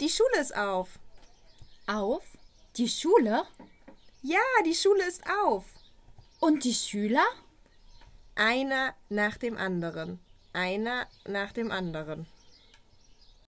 Die Schule ist auf. Auf? Die Schule? Ja, die Schule ist auf. Und die Schüler? Einer nach dem anderen. Einer nach dem anderen.